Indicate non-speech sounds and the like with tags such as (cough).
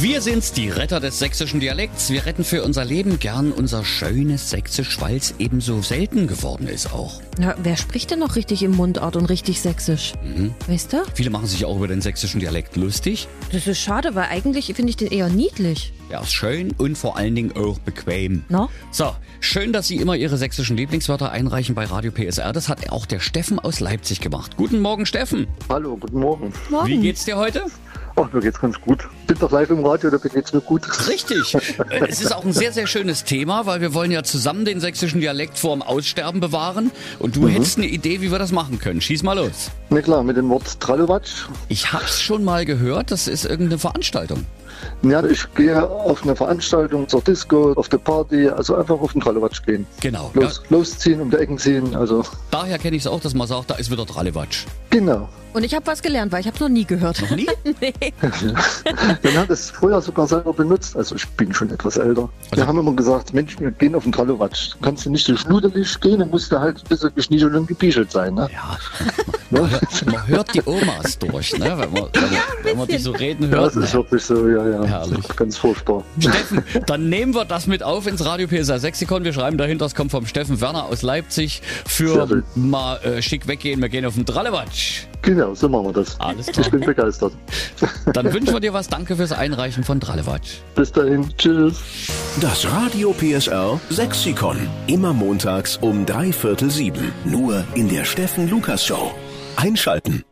Wir sind's, die Retter des sächsischen Dialekts. Wir retten für unser Leben gern unser schönes Sächsisch, weil's eben so selten geworden ist auch. Na, wer spricht denn noch richtig im Mundart und richtig sächsisch? Weißt du? Viele machen sich auch über den sächsischen Dialekt lustig. Das ist schade, weil eigentlich finde ich den eher niedlich. Er ist schön und vor allen Dingen auch bequem. No? So, schön, dass Sie immer Ihre sächsischen Lieblingswörter einreichen bei Radio PSR. Das hat auch der Steffen aus Leipzig gemacht. Guten Morgen, Steffen. Hallo, guten Morgen. Wie geht's dir heute? Ach, mir geht's ganz gut. Bin doch live im Radio, da geht's mir gut. Richtig. Äh, es ist auch ein sehr, sehr schönes Thema, weil wir wollen ja zusammen den sächsischen Dialekt vor dem Aussterben bewahren. Und du hättest eine Idee, wie wir das machen können. Schieß mal los. Na klar, mit dem Wort Trallowatsch. Ich hab's schon mal gehört, das ist irgendeine Veranstaltung. Ja, ich gehe auf eine Veranstaltung, zur Disco, auf eine Party, also einfach auf den Trallowatsch gehen. Genau. Ja, Los, Losziehen, um die Ecken ziehen, also daher kenne ich es auch, dass man sagt, da ist wieder Drallewatsch. (laughs) genau. Und ich habe was gelernt, weil ich habe noch nie gehört. Noch nie? Man hat es vorher sogar selber benutzt, also ich bin schon etwas älter. Also Wir haben immer gesagt, Mensch, wir gehen auf den Trallowatsch. Du kannst ja nicht so schnudelig gehen, dann musst du halt ein bisschen geschniedelt und gepischelt sein, ne? (laughs) Ja, Ja, man hört die Omas durch, ne? wenn, man, wenn, man, wenn man die so reden hört. das ist ne? wirklich so, ja, ja. Herrlich. Ganz furchtbar. Steffen, dann nehmen wir das mit auf ins Radio PSA Sexikon. Wir schreiben dahinter, es kommt vom Steffen Werner aus Leipzig Sehr für schön. mal äh, schick weggehen. Wir gehen auf den Drallewatsch. Genau, so machen wir das. Alles klar. ich bin begeistert. Dann wünschen wir dir was. Danke fürs Einreichen von Drallewatsch. Bis dahin, tschüss. Das Radio PSR Sexikon. Immer montags um drei Viertel sieben. Nur in der Steffen Lukas Show. Einschalten.